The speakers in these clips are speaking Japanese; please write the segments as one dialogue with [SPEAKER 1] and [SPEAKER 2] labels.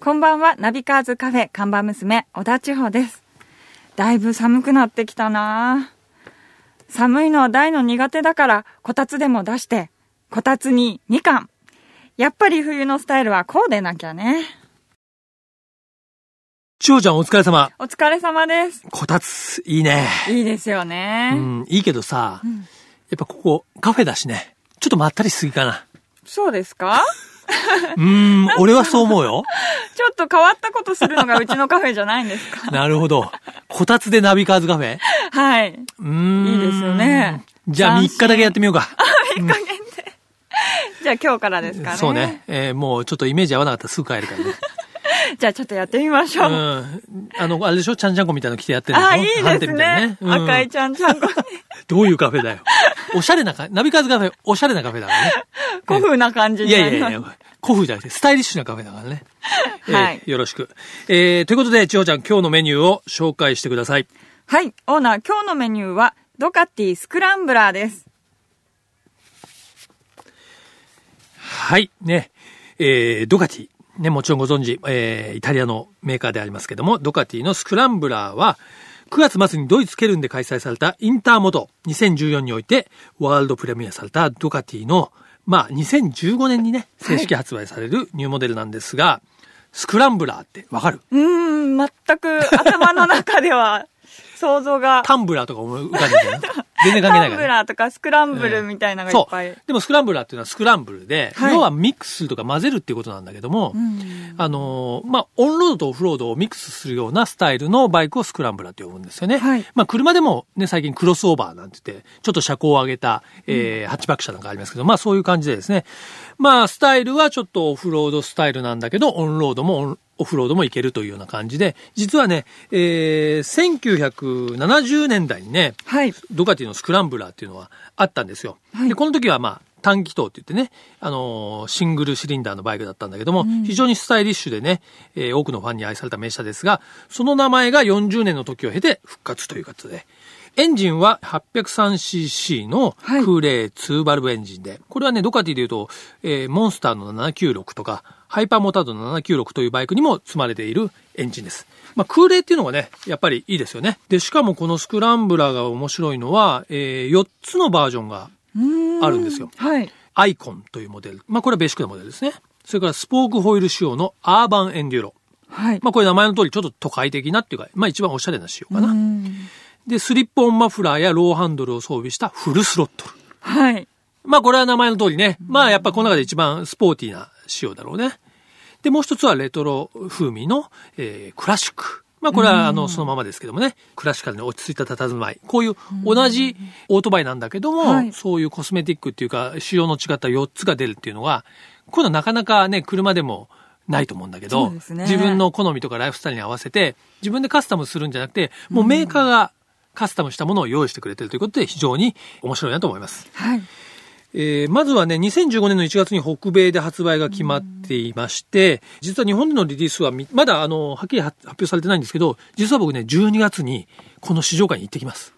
[SPEAKER 1] こんばんは、ナビカーズカフェ看板娘、小田千穂です。だいぶ寒くなってきたなあ寒いのは大の苦手だから、こたつでも出して、こたつにみかん。やっぱり冬のスタイルはこうでなきゃね。
[SPEAKER 2] 千穂ちゃんお疲れ様。
[SPEAKER 1] お疲れ様です。
[SPEAKER 2] こたつ、いいね。
[SPEAKER 1] いいですよ
[SPEAKER 2] う
[SPEAKER 1] ね。
[SPEAKER 2] ん、いいけどさ、やっぱここカフェだしね。ちょっとまったりしすぎかな。
[SPEAKER 1] そうですか
[SPEAKER 2] うーん、俺はそう思うよ。
[SPEAKER 1] ちょっと変わったことするのがうちのカフェじゃないんです か
[SPEAKER 2] なるほど。こたつでナビカーズカフェ
[SPEAKER 1] はい。
[SPEAKER 2] うーん。
[SPEAKER 1] いいですよね
[SPEAKER 2] じゃあ3
[SPEAKER 1] 斬
[SPEAKER 2] 日
[SPEAKER 1] 新
[SPEAKER 2] だけやってみようか。
[SPEAKER 1] じゃあ今日からですかね。
[SPEAKER 2] そうね。。えーもうちょっとイメージ合わなかったらすぐ帰るからね。
[SPEAKER 1] じゃ あちょっとやってみましょう。
[SPEAKER 2] うん。あの、あれでしょちゃんちゃんこみたいなの着てやってるでしょ
[SPEAKER 1] あ、いい
[SPEAKER 2] ハン
[SPEAKER 1] で
[SPEAKER 2] テ
[SPEAKER 1] す
[SPEAKER 2] みたいな
[SPEAKER 1] ね。
[SPEAKER 2] うん
[SPEAKER 1] 赤いちゃんちゃんこに。
[SPEAKER 2] どういうカフェだよ。おしゃれなカフェ、ナビカーズカフェ、おしゃれなカフェだからね。
[SPEAKER 1] 古風な感じ
[SPEAKER 2] い
[SPEAKER 1] にな
[SPEAKER 2] や
[SPEAKER 1] り
[SPEAKER 2] い
[SPEAKER 1] ます。
[SPEAKER 2] やいや、古風じゃなくて、スタイリッシュなカフェだからね。
[SPEAKER 1] はい
[SPEAKER 2] えーよろしく。えー、ということで、千穂ちゃん、今日のメニューを紹介してください。
[SPEAKER 1] はい、オーナー、今日のメニューは、ドカティスクランブラーです。
[SPEAKER 2] はい。ね。えー、ドカティ。ね、もちろんご存知、えー、イタリアのメーカーでありますけども、ドカティのスクランブラーは、9月末にドイツケルンで開催されたインターモト2014において、ワールドプレミアされたドカティの、まあ、2015年にね、正式発売されるニューモデルなんですが、スクランブラーってわかる
[SPEAKER 1] うーん、全く頭の中では、想像が、
[SPEAKER 2] タンブラーとか思い浮かんでるよね全然関
[SPEAKER 1] タ
[SPEAKER 2] 係ない
[SPEAKER 1] ン
[SPEAKER 2] から、ね。
[SPEAKER 1] ブラーとかスクランブルみたいなのがいっぱい。
[SPEAKER 2] そう。でもスクランブラーっていうのはスクランブルで、
[SPEAKER 1] はい
[SPEAKER 2] 要はミックスするとか混ぜるっていうことなんだけども、
[SPEAKER 1] うん
[SPEAKER 2] あのーまあ、オンロードとオフロードをミックスするようなスタイルのバイクをスクランブラーと呼ぶんですよね。
[SPEAKER 1] はい
[SPEAKER 2] まあ、車でもね、最近クロスオーバーなんて言って、ちょっと車高を上げた、えー、ハッチバック車なんかありますけど、まあ、そういう感じでですね。まあ、スタイルはちょっとオフロードスタイルなんだけど、オンロードもオンオフロードもいけるというような感じで、実はね、えー、1970年代にね、
[SPEAKER 1] はい。
[SPEAKER 2] ドカティのスクランブラーっていうのはあったんですよ。
[SPEAKER 1] はい
[SPEAKER 2] で、この時はまあ、単気筒って言ってね、あのーシングルシリンダーのバイクだったんだけども、非常にスタイリッシュでね、えー多くのファンに愛された名車ですが、その名前が40年の時を経て復活ということで、エンジンは 803cc の
[SPEAKER 1] はい
[SPEAKER 2] 空冷2バルブエンジンで、これはね、ドカティで言うと、えーモンスターの796とか、ハイパーモータードの796というバイクにも積まれているエンジンです。まあ、空冷っていうのがね、やっぱりいいですよね。で、しかもこのスクランブラーが面白いのは、えー4つのバージョンが
[SPEAKER 1] うー
[SPEAKER 2] あるんですよ
[SPEAKER 1] はい。
[SPEAKER 2] アイコンというモデル。まあ、これはベーシックなモデルですね。それからスポークホイール仕様のアーバンエンデューロ。
[SPEAKER 1] はい。
[SPEAKER 2] まあ、これ名前の通りちょっと都会的なっていうか、まあ、一番おしゃれな仕様か
[SPEAKER 1] う
[SPEAKER 2] な。
[SPEAKER 1] ん
[SPEAKER 2] で、スリップオンマフラーやローハンドルを装備したフルスロットル。
[SPEAKER 1] はい。
[SPEAKER 2] まあこれは名前の通りね。まあやっぱこの中で一番スポーティーな仕様だろうね。で、もう一つはレトロ風味の、えークラシック。まあこれはあのそのままですけどもね、クラシカルに落ち着いた佇まい。こういう同じオートバイなんだけども、
[SPEAKER 1] はい
[SPEAKER 2] そういうコスメティックっていうか仕様の違った4つが出るっていうのは、こういうのはなかなかね、車でもないと思うんだけど、
[SPEAKER 1] そうですね
[SPEAKER 2] 自分の好みとかライフスタイルに合わせて、自分でカスタムするんじゃなくて、もうメーカーがカスタムしたものを用意してくれてるということで非常に面白いなと思います。
[SPEAKER 1] はい。
[SPEAKER 2] えーまずはね、2015年の1月に北米で発売が決まっていまして、実は日本でのリリースはみまだあの、はっきり発発表されてないんですけど、実は僕ね、12月にこの試乗会に行って きます。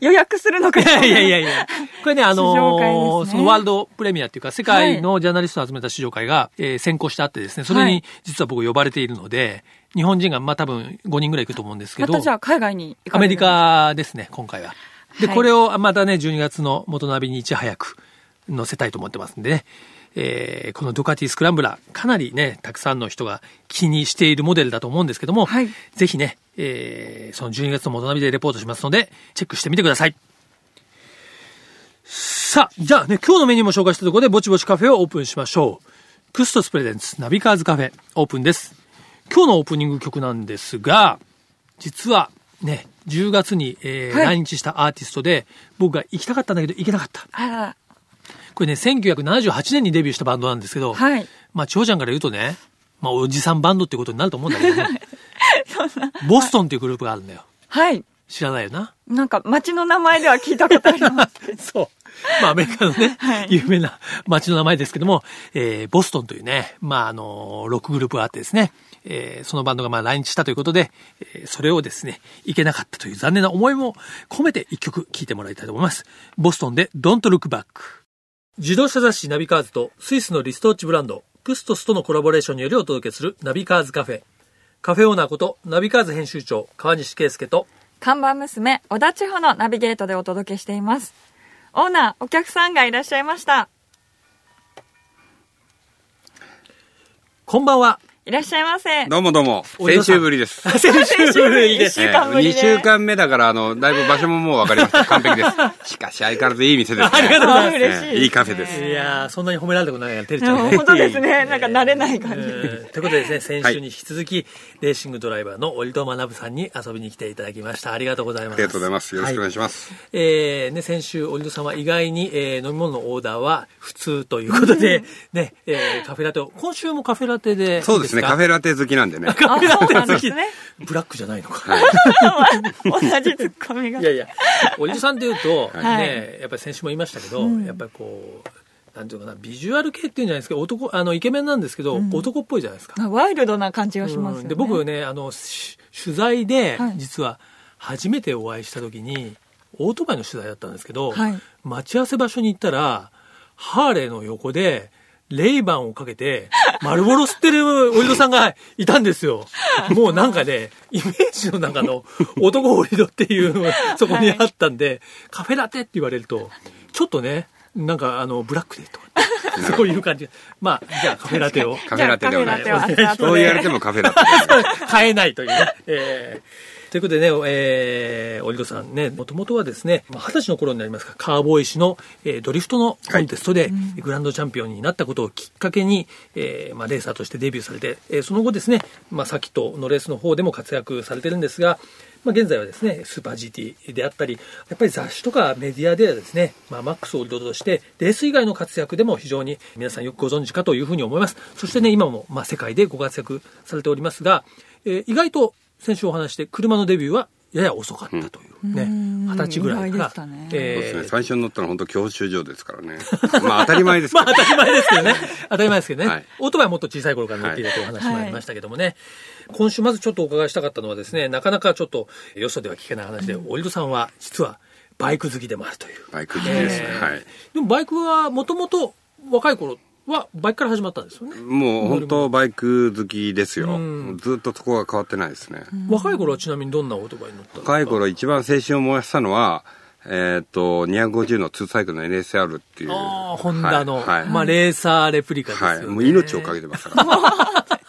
[SPEAKER 1] 予約するの
[SPEAKER 2] い
[SPEAKER 1] か
[SPEAKER 2] やいやいやいや。これね、あ
[SPEAKER 1] 試乗
[SPEAKER 2] の
[SPEAKER 1] 会ですね
[SPEAKER 2] そのワールドプレミアっていうか、世界のジャーナリストを集めた試乗会が、えー先行してあってですね、それ
[SPEAKER 1] は
[SPEAKER 2] に
[SPEAKER 1] い
[SPEAKER 2] 実は僕呼ばれているので、日本人がまあ多分5人ぐらい行くと思うんですけ
[SPEAKER 1] ま
[SPEAKER 2] ど。
[SPEAKER 1] たじゃあ海外に行
[SPEAKER 2] ア
[SPEAKER 1] かれ
[SPEAKER 2] メ
[SPEAKER 1] る
[SPEAKER 2] リカですね、今回は。で、
[SPEAKER 1] はい
[SPEAKER 2] これをまたね、12月の元ナビにいち早く載せたいと思ってますんでね。えーこのドカティスクランブラー、かなりね、たくさんの人が気にしているモデルだと思うんですけども、
[SPEAKER 1] はい
[SPEAKER 2] ぜひね、えーその12月の元ナビでレポートしますので、チェックしてみてください。さあ、じゃあね、今日のメニューも紹介したところで、ぼちぼちカフェをオープンしましょう。クストスプレゼンツナビカーズカフェオープンです。今日のオープニング曲なんですが、実はね、10月に、えー
[SPEAKER 1] はい
[SPEAKER 2] 来日したアーティストで、僕が行きたかったんだけど行けなかった。
[SPEAKER 1] あら、
[SPEAKER 2] これね、1978年にデビューしたバンドなんですけど、
[SPEAKER 1] はい。
[SPEAKER 2] まあ、千穂ちゃんから言うとね、まあ、おじさんバンドってことになると思うんだ けどね。ボストンっていうグループがあるんだよ。
[SPEAKER 1] はい。
[SPEAKER 2] 知らないよな。
[SPEAKER 1] なんか街の名前では聞いたことあります。
[SPEAKER 2] そう。まあ、アメリカのね、
[SPEAKER 1] はい
[SPEAKER 2] 有名な街の名前ですけども、えーボストンというね、まあ、あの、ロックグループがあってですね、えーそのバンドがまあ来日したということで、えーそれをですね、いけなかったという残念な思いも込めて一曲聴いてもらいたいと思います。ボストンで Don't Look Back。自動車雑誌ナビカーズとスイスのリストウッチブランド、クストスとのコラボレーションによりお届けするナビカーズカフェ。カフェオーナーことナビカーズ編集長川西圭介と
[SPEAKER 1] 看板娘、小田千穂のナビゲートでお届けしています。オーナー、お客さんがいらっしゃいました。
[SPEAKER 2] こんばんは。
[SPEAKER 1] いらっしゃいま せ。
[SPEAKER 3] どうもどうも。
[SPEAKER 2] お嬢さん
[SPEAKER 3] 先週ぶりです。
[SPEAKER 2] 先週ぶりです
[SPEAKER 1] 一週
[SPEAKER 2] ね。
[SPEAKER 1] 間ぶりで
[SPEAKER 3] 2 週間目だから、あの、だいぶ場所ももう分かりま した。完璧です。しかし相変わらずいい店ですね。
[SPEAKER 2] ありがとうございます
[SPEAKER 1] あ嬉しいですね
[SPEAKER 3] いいカフェです
[SPEAKER 2] いやー、そんなに褒められたことないから照れちゃう ね。
[SPEAKER 1] 本当ですね。なんか慣れない感じ。
[SPEAKER 2] えーということでですね、先週に引き続き、レーシングドライバーの折戸学さんに遊びに来ていただきました。ありがとうございます。
[SPEAKER 3] ありがとうございます。よろしくお願い
[SPEAKER 2] し
[SPEAKER 3] します。
[SPEAKER 2] ます。えーね、先週、折戸さんは意外に、えー飲み物のオーダーは普通ということで、ね、えーカフェラテを、今週もカフェラテで
[SPEAKER 3] そうですね。カフ
[SPEAKER 2] ェ。
[SPEAKER 3] ェラテ好きなんでね。
[SPEAKER 2] カフェラテ
[SPEAKER 1] あそうなん
[SPEAKER 2] 好
[SPEAKER 1] で
[SPEAKER 2] き。
[SPEAKER 1] す ね
[SPEAKER 2] ブラックじゃないのか。
[SPEAKER 1] 同じツッコミが
[SPEAKER 2] い。やいや、おじさんで言うと、
[SPEAKER 1] はい
[SPEAKER 2] ね、やっぱり先週も言いましたけど、やっぱりこう、なんていうのかな、ビジュアル系っていうんじゃないですけど、男、あの、イケメンなんですけど、男っぽいじゃないですか。
[SPEAKER 1] ワイルドな感じがしますよね。
[SPEAKER 2] うんで僕ねあのし取材で
[SPEAKER 1] はい
[SPEAKER 2] 実は初めてお会いした時にオートバイの取材だったんですけど、
[SPEAKER 1] はい
[SPEAKER 2] 待ち合わせ場所に行ったらハーレーの横でレイバンをかけて丸ボロ吸ってるおいどさんがいたんで すよ。もうなんかね、イメージの中の男おいどっていうのがそこにあったんで、カフェラテって言われると、ちょっとね、なんかあの、ブラックでとか、そういう感じ。まあ、じゃあカフェラテを。
[SPEAKER 3] カフェラテではな
[SPEAKER 1] じゃあカフェラ
[SPEAKER 3] い。
[SPEAKER 1] テは後々
[SPEAKER 3] そう言われてもカフェラテ です。
[SPEAKER 2] 買えないというね。えーということでね、えー、オリドさんね、もともとはですね、まあ二十歳の頃になりますか、カーボーイ氏の、えードリフトのコンテストで、グランドチャンピオンになったことをきっかけに、えーまあ、レーサーとしてデビューされて、えーその後ですね、まあ、サキとのレースの方でも活躍されてるんですが、まあ、現在はですね、スーパー GT であったり、やっぱり雑誌とかメディアではですね、まあ、マックスオールドとして、レース以外の活躍でも非常に皆さんよくご存知かというふうに思います。そしてね、今も、まあ、世界でご活躍されておりますが、えー意外と先週お話しして、車のデビューはやや遅かったというね、
[SPEAKER 1] ん
[SPEAKER 2] 二十歳ぐらい
[SPEAKER 1] 意外でし
[SPEAKER 2] か
[SPEAKER 1] た
[SPEAKER 2] ら、
[SPEAKER 1] ね
[SPEAKER 3] そうで
[SPEAKER 2] え
[SPEAKER 3] すね。
[SPEAKER 2] ー
[SPEAKER 3] 最初に乗ったのは本当教習所ですからね。まあ当たり前です
[SPEAKER 2] ま
[SPEAKER 3] け
[SPEAKER 2] あ
[SPEAKER 3] ど
[SPEAKER 2] 当。たり前ですけど ね。当たり前ですけどね。
[SPEAKER 3] はい
[SPEAKER 2] オートバイはもっと小さい頃から乗っているというお話もありましたけどもね。今週まずちょっとお伺いしたかったのはですね、なかなかちょっとよそでは聞けない話で、オリドさんは実はバイク好きでもあるという。
[SPEAKER 3] バイク好きですね。
[SPEAKER 2] えー
[SPEAKER 3] はい。
[SPEAKER 2] でもバイクはもともと若い頃はバイクから始まったんですよね。
[SPEAKER 3] もう本当バイク好きですよ
[SPEAKER 2] うん。
[SPEAKER 3] ずっとそこは変わってないですね。
[SPEAKER 2] 若い頃はちなみにどんなオートバイに乗ったんですか
[SPEAKER 3] 若い頃一番青春を燃やしたのは、えっ、と、250のツーサイクルの NSR っていう。
[SPEAKER 2] ああ、ホンダの、
[SPEAKER 3] はいはい
[SPEAKER 2] まあレーサーレプリカですよね。
[SPEAKER 3] はい。もう命をかけてまし たから。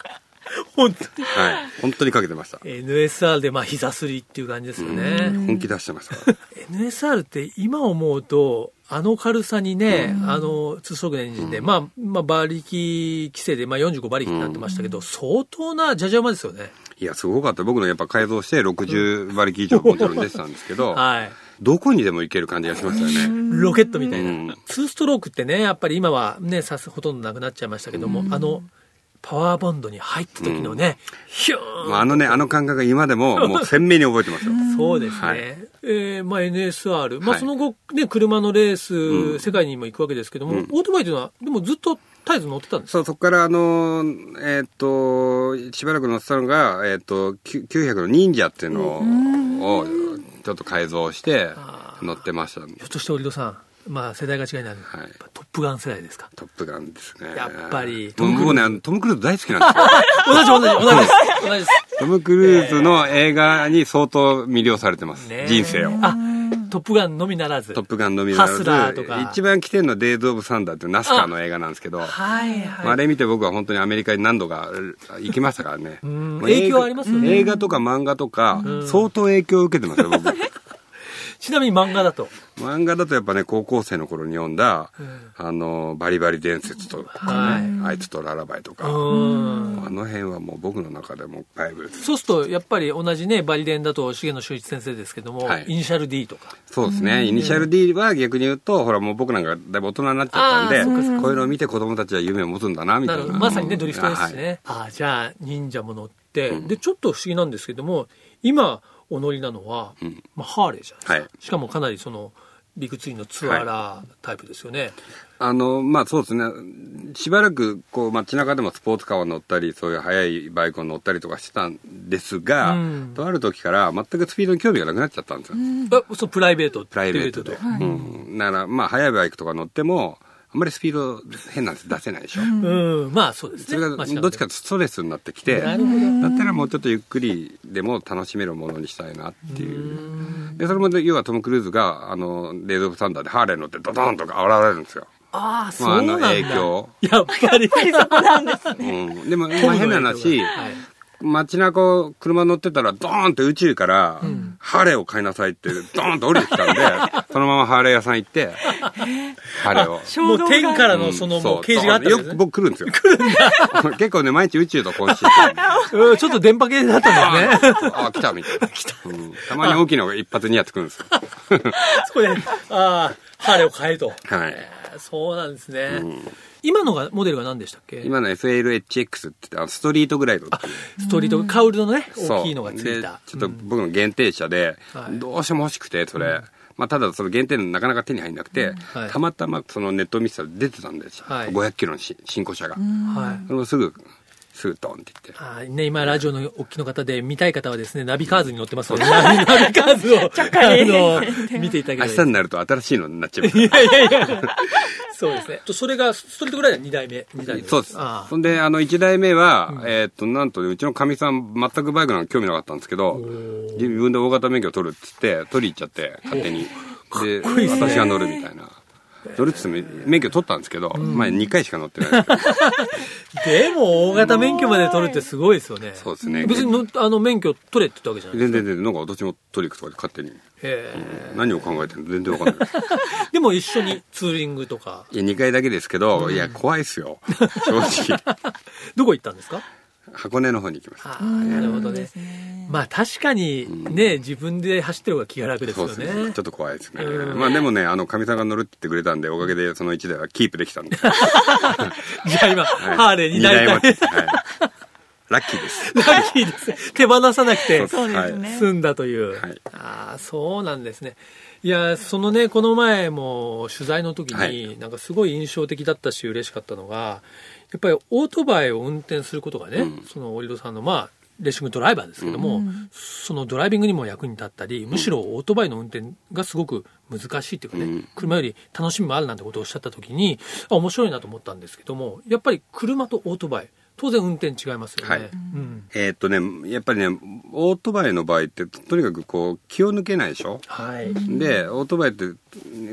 [SPEAKER 2] 本当に。
[SPEAKER 3] はい。本当にかけてました。
[SPEAKER 2] NSR でまあ膝すりっていう感じですよね。
[SPEAKER 3] 本気出してましたから。
[SPEAKER 2] NSR って今思うとあの軽さにね、あのツーストロークのエンジンで、まあ、まあ馬力規制で、まあ、45馬力になってましたけど、相当なじゃじゃ馬ですよね
[SPEAKER 3] いや、すごかった。僕のやっぱ改造して60馬力以上もちろん出てたんですけど、
[SPEAKER 2] はい
[SPEAKER 3] どこにでも行ける感じがしましたよね。
[SPEAKER 2] ロケットみたいな、
[SPEAKER 3] うん
[SPEAKER 2] ツーストロークってねやっぱり今はねさすほとんどなくなっちゃいましたけども、あのパワーボンドに入った時のね、ヒューン
[SPEAKER 3] まあ、あのね、あの感覚が今でももう鮮明に覚えてますよ。
[SPEAKER 2] そうですね。
[SPEAKER 3] はい
[SPEAKER 2] えーまあ NSR。まあ
[SPEAKER 3] はい
[SPEAKER 2] その後、ね、車のレース、世界にも行くわけですけども、オートバイというのは、でもずっと絶えず乗ってたんですか
[SPEAKER 3] そう、そこからあのー、えっ、と、しばらく乗ってたのが、えっ、と、9 900の忍者っていうのを、ちょっと改造して
[SPEAKER 2] あ
[SPEAKER 3] 乗ってましたね、
[SPEAKER 2] ひょっとして折戸さん、まあ、世代が違いなんで、
[SPEAKER 3] はい
[SPEAKER 2] やっぱトップガン世代ですか。
[SPEAKER 3] トップガンですね。
[SPEAKER 2] やっぱり
[SPEAKER 3] トム・クルーズ。僕ね、あのトム・クルーズ大好きなんですよ。
[SPEAKER 2] 同じ同じ同じです。同じです。
[SPEAKER 3] トム・クルーズの映画に相当魅了されてます。
[SPEAKER 2] ねえ
[SPEAKER 3] 人生を。
[SPEAKER 2] あ、トップガンのみならず。
[SPEAKER 3] トップガンのみならず
[SPEAKER 2] ハスラーとか
[SPEAKER 3] 一番来てるのはデイズ・オブ・サンダーっていうナスカの映画なんですけど、
[SPEAKER 2] はい
[SPEAKER 3] まあ
[SPEAKER 2] は
[SPEAKER 3] あ
[SPEAKER 2] い。
[SPEAKER 3] れ見て僕は本当にアメリカに何度か行きましたからね。
[SPEAKER 2] ん
[SPEAKER 3] もう映
[SPEAKER 2] 影
[SPEAKER 3] 画
[SPEAKER 2] 響ありますよね
[SPEAKER 3] 映画とか漫画とか、相当影響を受け てますよ、僕。
[SPEAKER 2] ちなみに漫画だと。
[SPEAKER 3] 漫画だとやっぱね、高校生の頃に読んだ、あの、バリバリ伝説とかね、あいつとララバイと
[SPEAKER 2] う
[SPEAKER 3] か、
[SPEAKER 2] ーん。
[SPEAKER 3] あの辺はもう僕の中でもバイブルです。
[SPEAKER 2] そうすると、やっぱり同じね、バリデンだと、重野修一先生ですけども、
[SPEAKER 3] はい
[SPEAKER 2] イニシャル D とか。
[SPEAKER 3] そうですね。イニシャル D は逆に言うと、ほらもう僕なんかだいぶ大人になっちゃ
[SPEAKER 2] あ
[SPEAKER 3] った
[SPEAKER 2] ーそっかそ
[SPEAKER 3] んで、こういうのを見て子供たちは夢を持つんだな、みた
[SPEAKER 2] ないる
[SPEAKER 3] な。
[SPEAKER 2] ほど。まさにね、ドリフトですし
[SPEAKER 3] はい
[SPEAKER 2] ね。ああ、じゃあ、忍者も乗って、で、ちょっと不思議なんですけども、今、お乗りなのは、まあ、ハーレーじゃないですか。しかもかなりその、ビッグツインのツアーラータイプですよね。
[SPEAKER 3] あの、まあそうですね。しばらく、こう、街中でもスポーツカーを乗ったり、そういう速いバイクを乗ったりとかしてたんですが、
[SPEAKER 2] うん
[SPEAKER 3] とある時から全くスピードに興味がなくなっちゃったんですよ。
[SPEAKER 2] あそうプライベート
[SPEAKER 3] プライベートで。
[SPEAKER 2] ディベート
[SPEAKER 3] うん。なら、まあ速いバイクとか乗っても、あんまりスピード変なんです出せないでしょ。
[SPEAKER 2] うん、まあそうです
[SPEAKER 3] そ
[SPEAKER 2] ね。
[SPEAKER 3] れが
[SPEAKER 2] まあ
[SPEAKER 3] どっちかというとストレスになってきて、
[SPEAKER 2] な
[SPEAKER 3] だっ
[SPEAKER 2] るほど。
[SPEAKER 3] たらもうちょっとゆっくりでも楽しめるものにしたいなっていう。で、それも要はトム・クルーズが、あの、レイド・オブ・サンダーでハーレー乗ってドドンとか現れるんですよ。
[SPEAKER 2] ああ、そう
[SPEAKER 3] まあ、あ
[SPEAKER 2] なんだ。
[SPEAKER 3] の影響。
[SPEAKER 2] やっぱり。
[SPEAKER 3] うん、でも、 まあ変な話、
[SPEAKER 2] はい
[SPEAKER 3] 街中を車乗ってたら、ドーンと宇宙から、ハーレーを買いなさいって、ドーンと降りてきたんで、 そのままハーレー屋さん行って、ハーレーを。
[SPEAKER 2] も
[SPEAKER 1] 衝
[SPEAKER 2] う
[SPEAKER 1] 動
[SPEAKER 2] 天
[SPEAKER 1] が
[SPEAKER 2] から
[SPEAKER 3] う
[SPEAKER 2] の
[SPEAKER 3] ん
[SPEAKER 2] その
[SPEAKER 3] そう
[SPEAKER 2] もうケージがあったん
[SPEAKER 3] よ
[SPEAKER 2] です
[SPEAKER 3] く
[SPEAKER 2] ね
[SPEAKER 3] 僕来るんですよ。 結構ね、毎日宇宙と交 信してる。
[SPEAKER 2] うんちょっと電波系だったんですね。
[SPEAKER 3] あ、来た みたいな。うんたまに大きいのが一発にやってくるんですよ。
[SPEAKER 2] そこで、ああ、ハーレーを変えると。
[SPEAKER 3] はい。
[SPEAKER 2] そうなんですね
[SPEAKER 3] うん。
[SPEAKER 2] 今のが、モデルは何でしたっけ
[SPEAKER 3] 今の SLHX って言ってあのストリートグライドっていう
[SPEAKER 2] ストリート、カウルのね、
[SPEAKER 3] そう
[SPEAKER 2] 大きいのがつい
[SPEAKER 3] で
[SPEAKER 2] た。
[SPEAKER 3] ちょっと
[SPEAKER 2] うん
[SPEAKER 3] 僕の限定車で、
[SPEAKER 2] はい
[SPEAKER 3] どうしても欲しくて、それ。まあ、ただその限定のなかなか手に入んなくて、
[SPEAKER 2] はい
[SPEAKER 3] たまたまそのネットを見てたら出てたんですよ。
[SPEAKER 2] はい
[SPEAKER 3] 500キロのし新古車が。
[SPEAKER 2] はい。
[SPEAKER 3] それもすぐ、すぐドンっていって。
[SPEAKER 2] あーね、今、ラジオのお聞きの方で、見たい方はですね、ナビカーズに乗ってますので、ナビナビカーズを、あの、見ていただ
[SPEAKER 3] 明
[SPEAKER 2] け
[SPEAKER 3] 日
[SPEAKER 2] たらい
[SPEAKER 3] になると新しいのになっちゃう。
[SPEAKER 2] いやいやいや、そうですね。とそれが、ストレートぐらいは2代目、二代目。
[SPEAKER 3] そうです。
[SPEAKER 2] あ
[SPEAKER 3] そんで、あの、1代目は、えーっと、なんと、うちのかみさん、全くバイクなんか興味なかったんですけど、自分で大型免許取るっつって、取り行っちゃって、勝手に。で、私が乗るみたいな。乗るっつっても、免許取ったんですけど、前2回しか乗ってないですけど。
[SPEAKER 2] ーでも、大型免許まで取るってすごいですよね。
[SPEAKER 3] そうですね
[SPEAKER 2] 別にの、あの、免許取れって言ったわけじゃない。
[SPEAKER 3] 全然全然、なんか私も取り行くとかで勝手に。
[SPEAKER 2] え
[SPEAKER 3] 何を考えてるの全然わかんない。
[SPEAKER 2] ーでも、一緒にツーリングとか、
[SPEAKER 3] いや、2回だけですけど、いや、怖いっすよ。正直。
[SPEAKER 2] どこ行ったんですか
[SPEAKER 3] 箱根の方に行きました。
[SPEAKER 2] ああ、なるほどね。まあ、確かに、ね、自分で走ってる方が気が楽です
[SPEAKER 3] そう
[SPEAKER 2] よ
[SPEAKER 3] です
[SPEAKER 2] ね。
[SPEAKER 3] ね。ちょっと怖いですね。
[SPEAKER 2] うん
[SPEAKER 3] まあでもね、あの、かみさんが乗るって言ってくれたんで、おかげでその1台はキープできた んで。
[SPEAKER 2] じゃあ今、
[SPEAKER 3] はい
[SPEAKER 2] ハーレーになりたい
[SPEAKER 3] 二。台持ってはいラッキーです。
[SPEAKER 2] ラッキーです。手放さなくて
[SPEAKER 1] そうですね。
[SPEAKER 2] 済んだという。
[SPEAKER 3] はい
[SPEAKER 2] ああ、そうなんですね。いや、そのね、この前も取材の時に、
[SPEAKER 3] はい
[SPEAKER 2] なんかすごい印象的だったし、嬉しかったのが、やっぱりオートバイを運転することがね、
[SPEAKER 3] うん
[SPEAKER 2] そのオリドさんの、まあ、レーシングドライバーですけども、そのドライビングにも役に立ったり、むしろオートバイの運転がすごく難しいっていうかね、
[SPEAKER 3] うん
[SPEAKER 2] 車より楽しみもあるなんてことをおっしゃった時に、あ、面白いなと思ったんですけども、やっぱり車とオートバイ、当然運転違いますよね。
[SPEAKER 3] はい
[SPEAKER 2] うん
[SPEAKER 3] えーっとね、やっぱりね、オートバイの場合って、とにかくこう、気を抜けないでしょ
[SPEAKER 2] はい。
[SPEAKER 3] で、オートバイって、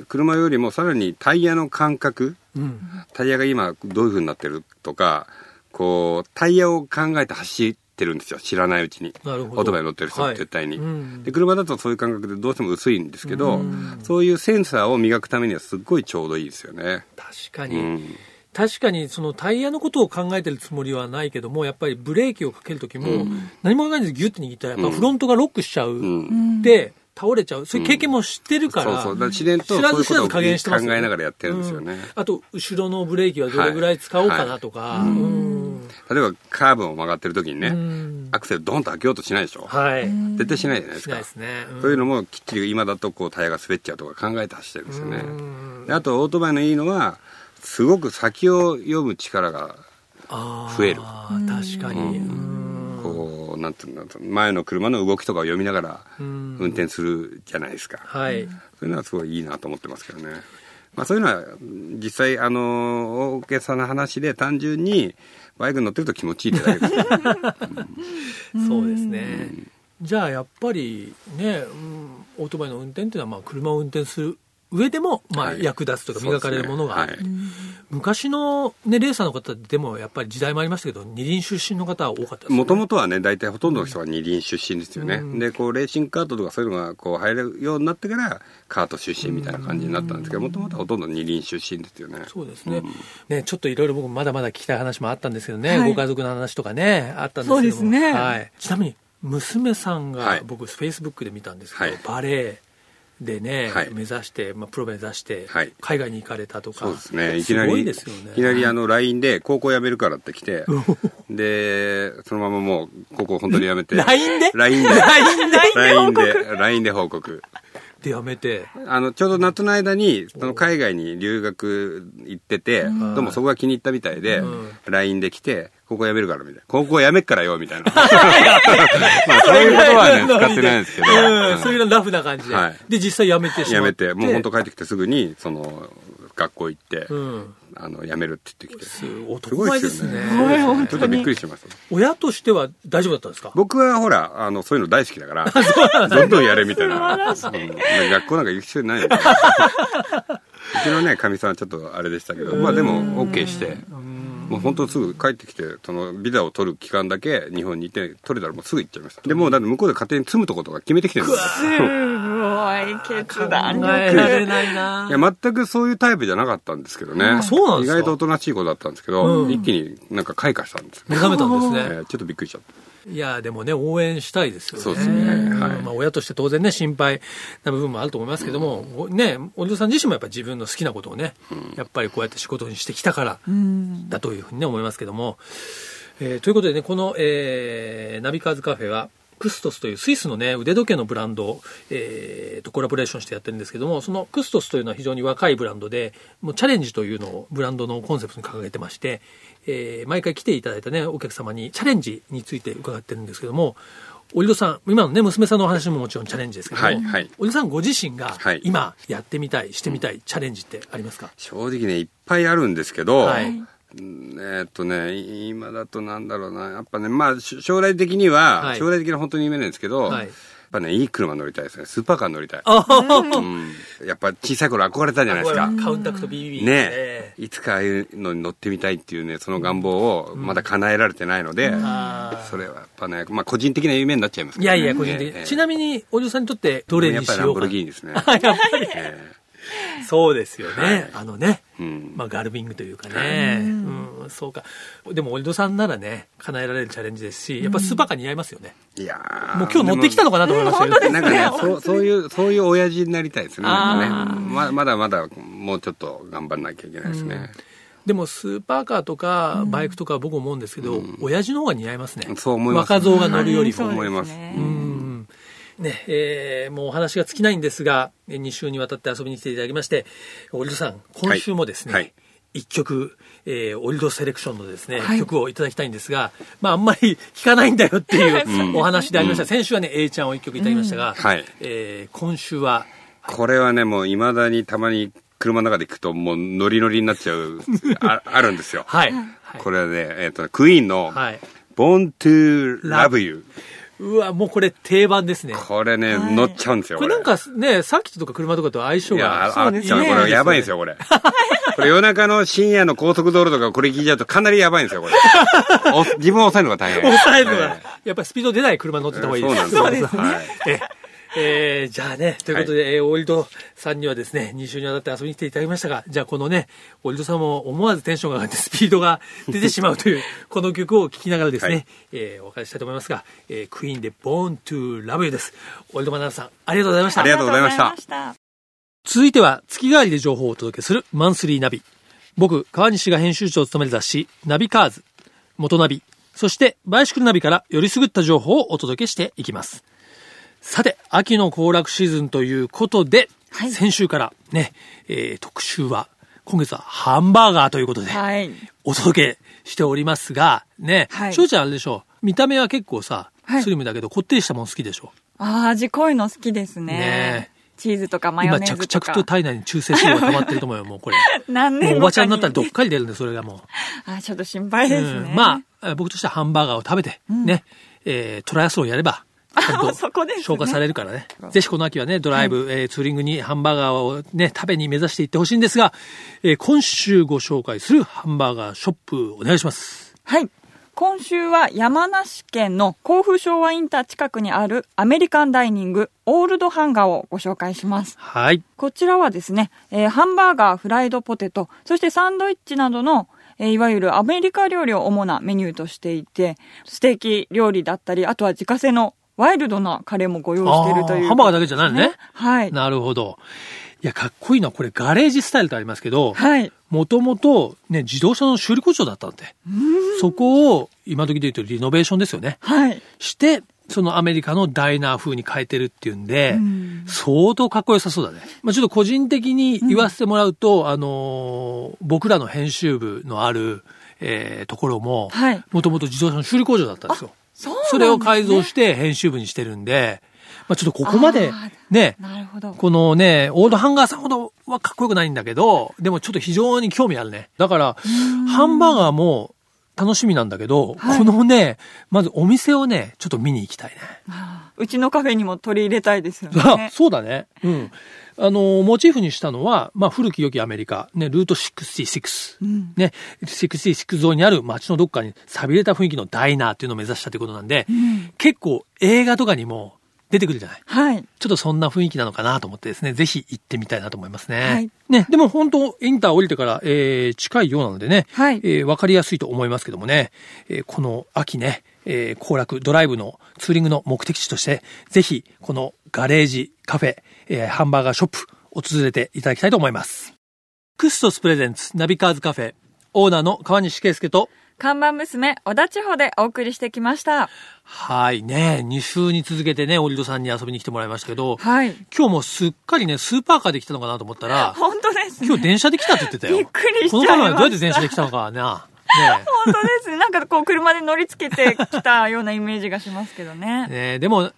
[SPEAKER 3] 車よりもさらにタイヤの感覚、
[SPEAKER 2] うん。
[SPEAKER 3] タイヤが今どういう風になってるとか、こう、タイヤを考えて走ってるんですよ。知らないうちに。
[SPEAKER 2] なるほど。
[SPEAKER 3] オートバイ乗ってる人って絶対に。
[SPEAKER 2] はいうん
[SPEAKER 3] で、車だとそういう感覚でどうしても薄いんですけど、
[SPEAKER 2] うん
[SPEAKER 3] そういうセンサーを磨くためにはすっごいちょうどいいですよね。
[SPEAKER 2] 確か
[SPEAKER 3] う
[SPEAKER 2] に、
[SPEAKER 3] ん。
[SPEAKER 2] 確かにそのタイヤのことを考えてるつもりはないけども、やっぱりブレーキをかけるときも、何も考えずギュッて握ったら、やっぱフロントがロックしちゃう、
[SPEAKER 3] うん。
[SPEAKER 2] で、倒れちゃう、そういう経験も知ってるから、
[SPEAKER 3] そうそうだから自然と
[SPEAKER 2] 知らず知
[SPEAKER 3] そう
[SPEAKER 2] らず
[SPEAKER 3] いうこと
[SPEAKER 2] 加
[SPEAKER 3] を
[SPEAKER 2] 減してますよね
[SPEAKER 3] 考えながらやってるんですよね
[SPEAKER 2] うあと、後ろのブレーキはどれぐらい使おうかなとか、うん
[SPEAKER 3] 例えばカーブを曲がってる時にね、
[SPEAKER 2] うん
[SPEAKER 3] アクセルドンと開けようとしないでしょ、
[SPEAKER 2] はい、
[SPEAKER 3] 絶対しないじゃないです
[SPEAKER 2] しない
[SPEAKER 3] か
[SPEAKER 2] ですね。うん
[SPEAKER 3] そういうのもきっちり今だとこうタイヤが滑っちゃうとか考えて走ってるんですよね
[SPEAKER 2] うん
[SPEAKER 3] であとオートバイのいいのはすごく先を読む力が
[SPEAKER 2] あー
[SPEAKER 3] 増える
[SPEAKER 2] 確かに。うん
[SPEAKER 3] こう、なんていうんだろう前の車の動きとかを読みながら
[SPEAKER 2] うん
[SPEAKER 3] 運転するじゃないですか、
[SPEAKER 2] はい。
[SPEAKER 3] そういうのはすごいいいなと思ってますけどね。まあそういうのは実際、あの、大げさな話で単純にバイクに乗ってると気持ちいいってだ けですよね。
[SPEAKER 2] そうですね。じゃあやっぱりね、うんオートバイの運転っていうのはまあ車を運転する上でもまあ
[SPEAKER 3] はい
[SPEAKER 2] 役立つというか磨かれるものがある。
[SPEAKER 3] そうですね
[SPEAKER 2] 昔のねレーサーの方でもやっぱり時代もありましたけど、二輪出身の方は多かったですね。
[SPEAKER 3] もともとはね、大体ほとんどの人が二輪出身ですよね。で、こう、レーシングカートとかそういうのがこう入れるようになってから、カート出身みたいな感じになったんですけど、もともとはほとんど二輪出身ですよね。
[SPEAKER 2] そうですね。ね、ちょっといろいろ僕まだまだ聞きたい話もあったんですけどね、
[SPEAKER 1] はい
[SPEAKER 2] ご家族の話とかね、あったんですけども。
[SPEAKER 1] そうですね
[SPEAKER 2] はい。ちなみに、娘さんが、
[SPEAKER 3] はい
[SPEAKER 2] 僕、フェイスブックで見たんですけど、
[SPEAKER 3] はい
[SPEAKER 2] バレエでね、
[SPEAKER 3] はい
[SPEAKER 2] 目指して、まあ、プロ目指して、
[SPEAKER 3] はい
[SPEAKER 2] 海外に行かれたとか。
[SPEAKER 3] そうですね。いきなり、
[SPEAKER 2] すごいですよね。
[SPEAKER 3] いきなりあの、LINE で高校辞めるからって来て、で、そのままもう、高校本当に辞めて。
[SPEAKER 2] LINE で
[SPEAKER 3] ?LINE で。
[SPEAKER 2] LINE で
[SPEAKER 3] LINE で、LINE で報告。
[SPEAKER 2] でやめて。
[SPEAKER 3] あの、ちょうど夏の間に、その海外に留学行ってて、どうもそこが気に入ったみたいで、LINE で来て、高校辞めるからみたいな。高校辞めっからよ、みたいな。まあ、そういうことはね、使ってないんですけど。
[SPEAKER 2] うんそう
[SPEAKER 3] う
[SPEAKER 2] い
[SPEAKER 3] ん
[SPEAKER 2] うのラフな感じで。
[SPEAKER 3] はい
[SPEAKER 2] で、実際やめてしま
[SPEAKER 3] 辞
[SPEAKER 2] っ
[SPEAKER 3] め
[SPEAKER 2] て。
[SPEAKER 3] て、もう本当帰ってきてすぐに、その、学校行って、
[SPEAKER 2] うん。
[SPEAKER 3] あの、辞めるって言ってきて。
[SPEAKER 2] す男前ですね。
[SPEAKER 1] すごい本
[SPEAKER 3] ち
[SPEAKER 1] 当
[SPEAKER 3] ょ
[SPEAKER 1] に
[SPEAKER 3] っとびっくりしました。
[SPEAKER 2] 親としては大丈夫だったんですか
[SPEAKER 3] 僕はほら、あの、そういうの大好きだから、どんどんやれみたいな。うん学校なんか行く必 要ないようちのね、かみさんはちょっとあれでしたけど、まあでも、OK して、もう本当すぐ帰ってきて、そのビザを取る期間だけ日本にいて、取れたらもうすぐ行っちゃいました。でもうだって向こうで勝手に住むとことか決めてきてるんです
[SPEAKER 1] す
[SPEAKER 3] よ。。
[SPEAKER 1] ごい決断
[SPEAKER 2] 考えられ
[SPEAKER 1] 力。
[SPEAKER 2] ないない
[SPEAKER 3] や全くそういうタイプじゃなかったんですけどね。
[SPEAKER 2] あそうなんですか
[SPEAKER 3] 意外とおとなしい子だったんですけど、
[SPEAKER 2] うん
[SPEAKER 3] 一気になんか開花したんですよ
[SPEAKER 2] 目覚めたんです
[SPEAKER 3] え
[SPEAKER 2] ね。
[SPEAKER 3] ーちょっとびっくりしちゃった。
[SPEAKER 2] いや、でもね、応援したいですよね。
[SPEAKER 3] そうですねはい
[SPEAKER 2] まあ、親として当然ね、心配な部分もあると思いますけども、おね、お嬢さん自身もやっぱり自分の好きなことをね、やっぱりこうやって仕事にしてきたから
[SPEAKER 1] うん
[SPEAKER 2] だというふうにね、思いますけども。えーということでね、この、えーナビカーズカフェは、クストスというスイスのね、腕時計のブランドを、えーとコラボレーションしてやってるんですけども、そのクストスというのは非常に若いブランドで、もうチャレンジというのをブランドのコンセプトに掲げてまして、えー毎回来ていただいたね、お客様にチャレンジについて伺ってるんですけども、織戸さん、今のね、娘さんのお話ももちろんチャレンジですけども、
[SPEAKER 3] はいはい
[SPEAKER 2] 織戸さんご自身が
[SPEAKER 3] はい
[SPEAKER 2] 今やってみたい、してみたい、チャレンジってありますか
[SPEAKER 3] 正直ねいっぱいあるんですけど、
[SPEAKER 2] はい
[SPEAKER 3] うんえーっとねい今だとなんだろうなやっぱねまあし将来的には、
[SPEAKER 2] はい
[SPEAKER 3] 将来的な本当に夢なんですけど、
[SPEAKER 2] はい
[SPEAKER 3] やっぱねいい車乗りたいですねスーパーカー乗りたい、
[SPEAKER 2] あ
[SPEAKER 3] うん、やっぱ小さい頃憧れたじゃないですか
[SPEAKER 2] カウンタクト BB
[SPEAKER 3] ねえいつかああいうのに乗ってみたいっていうねその願望をまだ叶えられてないので、
[SPEAKER 2] あー
[SPEAKER 3] それはやっぱね、まあ、個人的な夢になっちゃいます
[SPEAKER 2] い
[SPEAKER 3] けど、
[SPEAKER 2] や
[SPEAKER 3] ね、
[SPEAKER 2] いや、個人的に。ちな
[SPEAKER 3] み
[SPEAKER 2] みに、お嬢さんにとって、どれ
[SPEAKER 3] や
[SPEAKER 2] に
[SPEAKER 3] っ
[SPEAKER 2] し
[SPEAKER 3] ぱりラ
[SPEAKER 2] よ
[SPEAKER 3] ン
[SPEAKER 2] う
[SPEAKER 3] ボ
[SPEAKER 2] か
[SPEAKER 3] ル。ギーニです ね、
[SPEAKER 2] あやっぱり。
[SPEAKER 3] え
[SPEAKER 2] そうですよ
[SPEAKER 3] は
[SPEAKER 2] ね
[SPEAKER 3] い。
[SPEAKER 2] あのね。
[SPEAKER 3] うん
[SPEAKER 2] まあ、ガルビングというかね。うん、そうか。でも、お嬢さんならね、叶えられるチャレンジですし、やっぱスーパーカー似合いますよね。
[SPEAKER 3] えいや
[SPEAKER 2] もう今日乗ってきた
[SPEAKER 3] の
[SPEAKER 2] のかなと思いましたけど。
[SPEAKER 3] なんかね、そう、そういう、そういう親父になりたいですね。
[SPEAKER 2] あー
[SPEAKER 3] なんかねままだまだ、もうちょっと頑張んなきゃいけないですね。
[SPEAKER 2] でも、スーパーカーとか、バイクとかは僕思うんですけど、親父の方が似合いますね。
[SPEAKER 3] そう思います
[SPEAKER 2] 若造が乗るよりも。
[SPEAKER 3] 思います
[SPEAKER 1] そうで
[SPEAKER 2] う
[SPEAKER 1] ね
[SPEAKER 2] んねえーもうお話が尽きないんですが、2週にわたって遊びに来ていただきまして、オリドさん、今週もですね、
[SPEAKER 3] はいはい
[SPEAKER 2] 一曲、えー、オリドセレクションのですね、
[SPEAKER 1] はい
[SPEAKER 2] 曲をいただきたいんですが、まあ、あんまり聞かないんだよって いううんお話でありました。先週はね、A ちゃんを一曲いただきましたが、
[SPEAKER 3] はい
[SPEAKER 2] えー今週は、
[SPEAKER 3] これはね、もう未だにたまに車の中で行くと、もうノリノリになっちゃう、ああるんですよ。
[SPEAKER 2] はい。 はい
[SPEAKER 3] これはね、えっ、と、クイーンの、
[SPEAKER 2] はい
[SPEAKER 3] Born to Love You。
[SPEAKER 2] うわ、もうこれ定番ですね。
[SPEAKER 3] これね、
[SPEAKER 1] はい
[SPEAKER 3] 乗っちゃうんですよ、
[SPEAKER 2] これなんかね、さっきとか車とかと相性
[SPEAKER 3] い
[SPEAKER 2] が。
[SPEAKER 3] や、ああっ
[SPEAKER 1] そうで
[SPEAKER 3] ち
[SPEAKER 1] す
[SPEAKER 3] ゃう。
[SPEAKER 1] ね
[SPEAKER 3] これやばいんですよ、これ。これ夜中の深夜の高速道路とかこれ聞いちゃうとかなりやばいんです よ、これ。お自分を抑えるのが大変。
[SPEAKER 2] 抑えるのが
[SPEAKER 3] え
[SPEAKER 2] やっぱりスピード出ない車乗って
[SPEAKER 3] え
[SPEAKER 2] た方がいい
[SPEAKER 3] そう
[SPEAKER 2] で
[SPEAKER 3] な
[SPEAKER 2] す
[SPEAKER 3] ん
[SPEAKER 2] ね。
[SPEAKER 3] ですよ。はい
[SPEAKER 2] ええーじゃあね、ということで、えーオイルドさんにはですね、2週にわたって遊びに来ていただきましたが、じゃあこのね、オイルドさんも思わずテンションが上がってスピードが出てしまうという、この曲を聴きながらですね、
[SPEAKER 3] はい
[SPEAKER 2] えーお別れしたいと思いますが、えークイーンで Born to Love You です。オイルドマナーさん、ありがとうございました
[SPEAKER 3] あり。がとうございました
[SPEAKER 1] ありがとうございました。
[SPEAKER 2] 続いては月替わりで情報をお届けするマンスリーナビ。僕、川西が編集長を務める雑誌、ナビカーズ、元ナビ、そしてバイシクルナビからよりすぐった情報をお届けしていきます。さて、秋の行楽シーズンということで、
[SPEAKER 1] はい
[SPEAKER 2] 先週からね、えー特集は、今月はハンバーガーということで、
[SPEAKER 1] はい。
[SPEAKER 2] お届けしておりますが、ね、
[SPEAKER 1] はい
[SPEAKER 2] 翔ちゃんあれでしょ見た目は結構さ、
[SPEAKER 1] はい
[SPEAKER 2] スリムだけど、こってりしたもの好きでしょ
[SPEAKER 1] あー味濃いの好きですね。
[SPEAKER 2] ね
[SPEAKER 1] チーズとかマヨ
[SPEAKER 2] 今
[SPEAKER 1] ネー
[SPEAKER 2] 着
[SPEAKER 1] ズと
[SPEAKER 2] 々
[SPEAKER 1] か。
[SPEAKER 2] と体内に中性脂肪が溜まってると思うよ、もうこれ。
[SPEAKER 1] 何年
[SPEAKER 2] もうおばちゃんになったらどっ
[SPEAKER 1] か
[SPEAKER 2] かり出るんで、それがも
[SPEAKER 1] に。あ、ちょっと心配
[SPEAKER 2] う。
[SPEAKER 1] です
[SPEAKER 2] う
[SPEAKER 1] ね。
[SPEAKER 2] んまあ、えー僕としてはハンバーガーを食べて、ね、えートライアスロンやれば、ちゃ んと
[SPEAKER 1] そこですね
[SPEAKER 2] 消化されるからね。ぜひこの秋はね、ドライブ、えーツーリングにハンバーガーをね、食べに目指していってほしいんですが、えー今週ご紹介するハンバーガーショップ、お願いします。
[SPEAKER 1] はい。今週は山梨県の甲府昭和インター近くにあるアメリカンダイニングオールドハンガーをご紹介します。
[SPEAKER 2] はい。
[SPEAKER 1] こちらはですね、えーハンバーガー、フライドポテト、そしてサンドイッチなどの、えーいわゆるアメリカ料理を主なメニューとしていて、ステーキ料理だったり、あとは自家製のワイルドなカレーもご用意しているという、
[SPEAKER 2] あーハンバーガーだけじゃないのね。
[SPEAKER 1] はい。
[SPEAKER 2] なるほど。いや、かっこいいな。これ、ガレージスタイルとありますけど、
[SPEAKER 1] はい。
[SPEAKER 2] もともと、ね、自動車の修理工場だったんで、そこを、今時で言うとリノベーションですよね。
[SPEAKER 1] はい。
[SPEAKER 2] して、そのアメリカのダイナー風に変えてるっていうんで、
[SPEAKER 1] ん
[SPEAKER 2] 相当かっこよさそうだね。まあ、ちょっと個人的に言わせてもらうと、あのー僕らの編集部のある、えーところも、
[SPEAKER 1] はい
[SPEAKER 2] もともと自動車の修理工場だったんですよ。
[SPEAKER 1] そう
[SPEAKER 2] それを改造して編集部にしてるんで、まあ、ちょっとここまで
[SPEAKER 1] あー、
[SPEAKER 2] ね、
[SPEAKER 1] なるほど。
[SPEAKER 2] このね、オールドハンガーさんほどはかっこよくないんだけど、でもちょっと非常に興味あるね。だから、ハンバーガーも楽しみなんだけど、
[SPEAKER 1] はい
[SPEAKER 2] このね、まずお店をね、ちょっと見に行きたいね。
[SPEAKER 1] うちのカフェにも取り入れたいですよ
[SPEAKER 2] あ
[SPEAKER 1] ね。
[SPEAKER 2] そうだね。うん。あの、モチーフにしたのは、まあ、古き良きアメリカ、ね、ルート66。
[SPEAKER 1] うん
[SPEAKER 2] ね、66沿いにある街のどっかに寂れた雰囲気のダイナーっていうのを目指したということなんで、
[SPEAKER 1] ん
[SPEAKER 2] 結構映画とかにも出てくるじゃない
[SPEAKER 1] はい。
[SPEAKER 2] ちょっとそんな雰囲気なのかなと思ってですね、ぜひ行ってみたいなと思いますね。
[SPEAKER 1] はい
[SPEAKER 2] ね、でも本当、インター降りてから、えー近いようなのでね、
[SPEAKER 1] はい
[SPEAKER 2] えーわかりやすいと思いますけどもね、えーこの秋ね、えー行楽、ドライブのツーリングの目的地として、ぜひ、このガレージ、カフェ、えーハンバーガーショップ、訪れていただきたいと思います。クストスプレゼンツ、ナビカーズカフェ、オーナーの川西圭介と、
[SPEAKER 1] 看板娘、小田地方でお送りしてきました。
[SPEAKER 2] はいね、2週に続けてね、オリドさんに遊びに来てもらいましたけど、
[SPEAKER 1] はい。
[SPEAKER 2] 今日もすっかりね、スーパーカーで来たのかなと思った ら、
[SPEAKER 1] 本当ですね。
[SPEAKER 2] 今日電車で来たって言ってたよ。
[SPEAKER 1] びっくりしちゃいま
[SPEAKER 2] この
[SPEAKER 1] した
[SPEAKER 2] カメラどうやって電車で来たのかな。ね
[SPEAKER 1] 本当ですね。なんかこう車で乗りつけてきたようなイメージがしますけど
[SPEAKER 2] え。
[SPEAKER 1] ね。
[SPEAKER 2] ねえでも、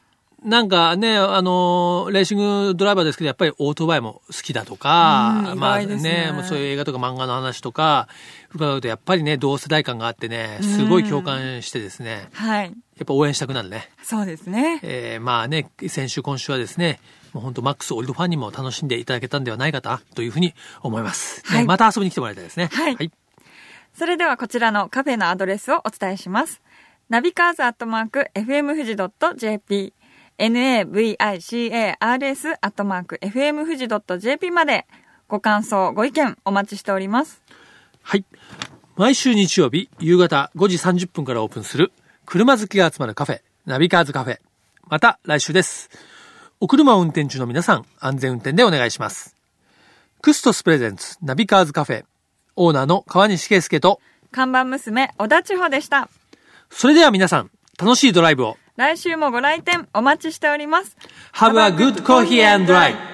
[SPEAKER 2] なんかね、あのーレーシングドライバーですけど、やっぱりオートバイも好きだとか
[SPEAKER 1] う、ん
[SPEAKER 2] まあ
[SPEAKER 1] 意外ですね
[SPEAKER 2] もうそういう映画とか漫画の話とか、伺うとやっぱりね、同世代感があってね、すごい共感してですね、
[SPEAKER 1] はい。
[SPEAKER 2] やっぱ応援したくなるね。
[SPEAKER 1] そうですね。
[SPEAKER 2] えーまあね、先週今週はですね、もう本当マックスオリドファンにも楽しんでいただけたんではないかなというふうに思います。ね
[SPEAKER 1] はい
[SPEAKER 2] また遊びに来てもらいたいですね。
[SPEAKER 1] はいそれではこちらのカフェのアドレスをお伝えします。ナビカーズアットマーク FMFUJI.jp navicars アットマーク FMFUJI.jp までご感想、ご意見お待ちしております。
[SPEAKER 2] はい。毎週日曜日、夕方5時30分からオープンする、車好きが集まるカフェ、ナビカーズカフェ。また来週です。お車を運転中の皆さん、安全運転でお願いします。クストスプレゼンツ、ナビカーズカフェ、オーナーの川西圭介と、
[SPEAKER 1] 看板娘、小田千穂でした。
[SPEAKER 2] それでは皆さん、楽しいドライブを。
[SPEAKER 1] 来週もご来店お待ちしております。
[SPEAKER 2] Have a good coffee and drive!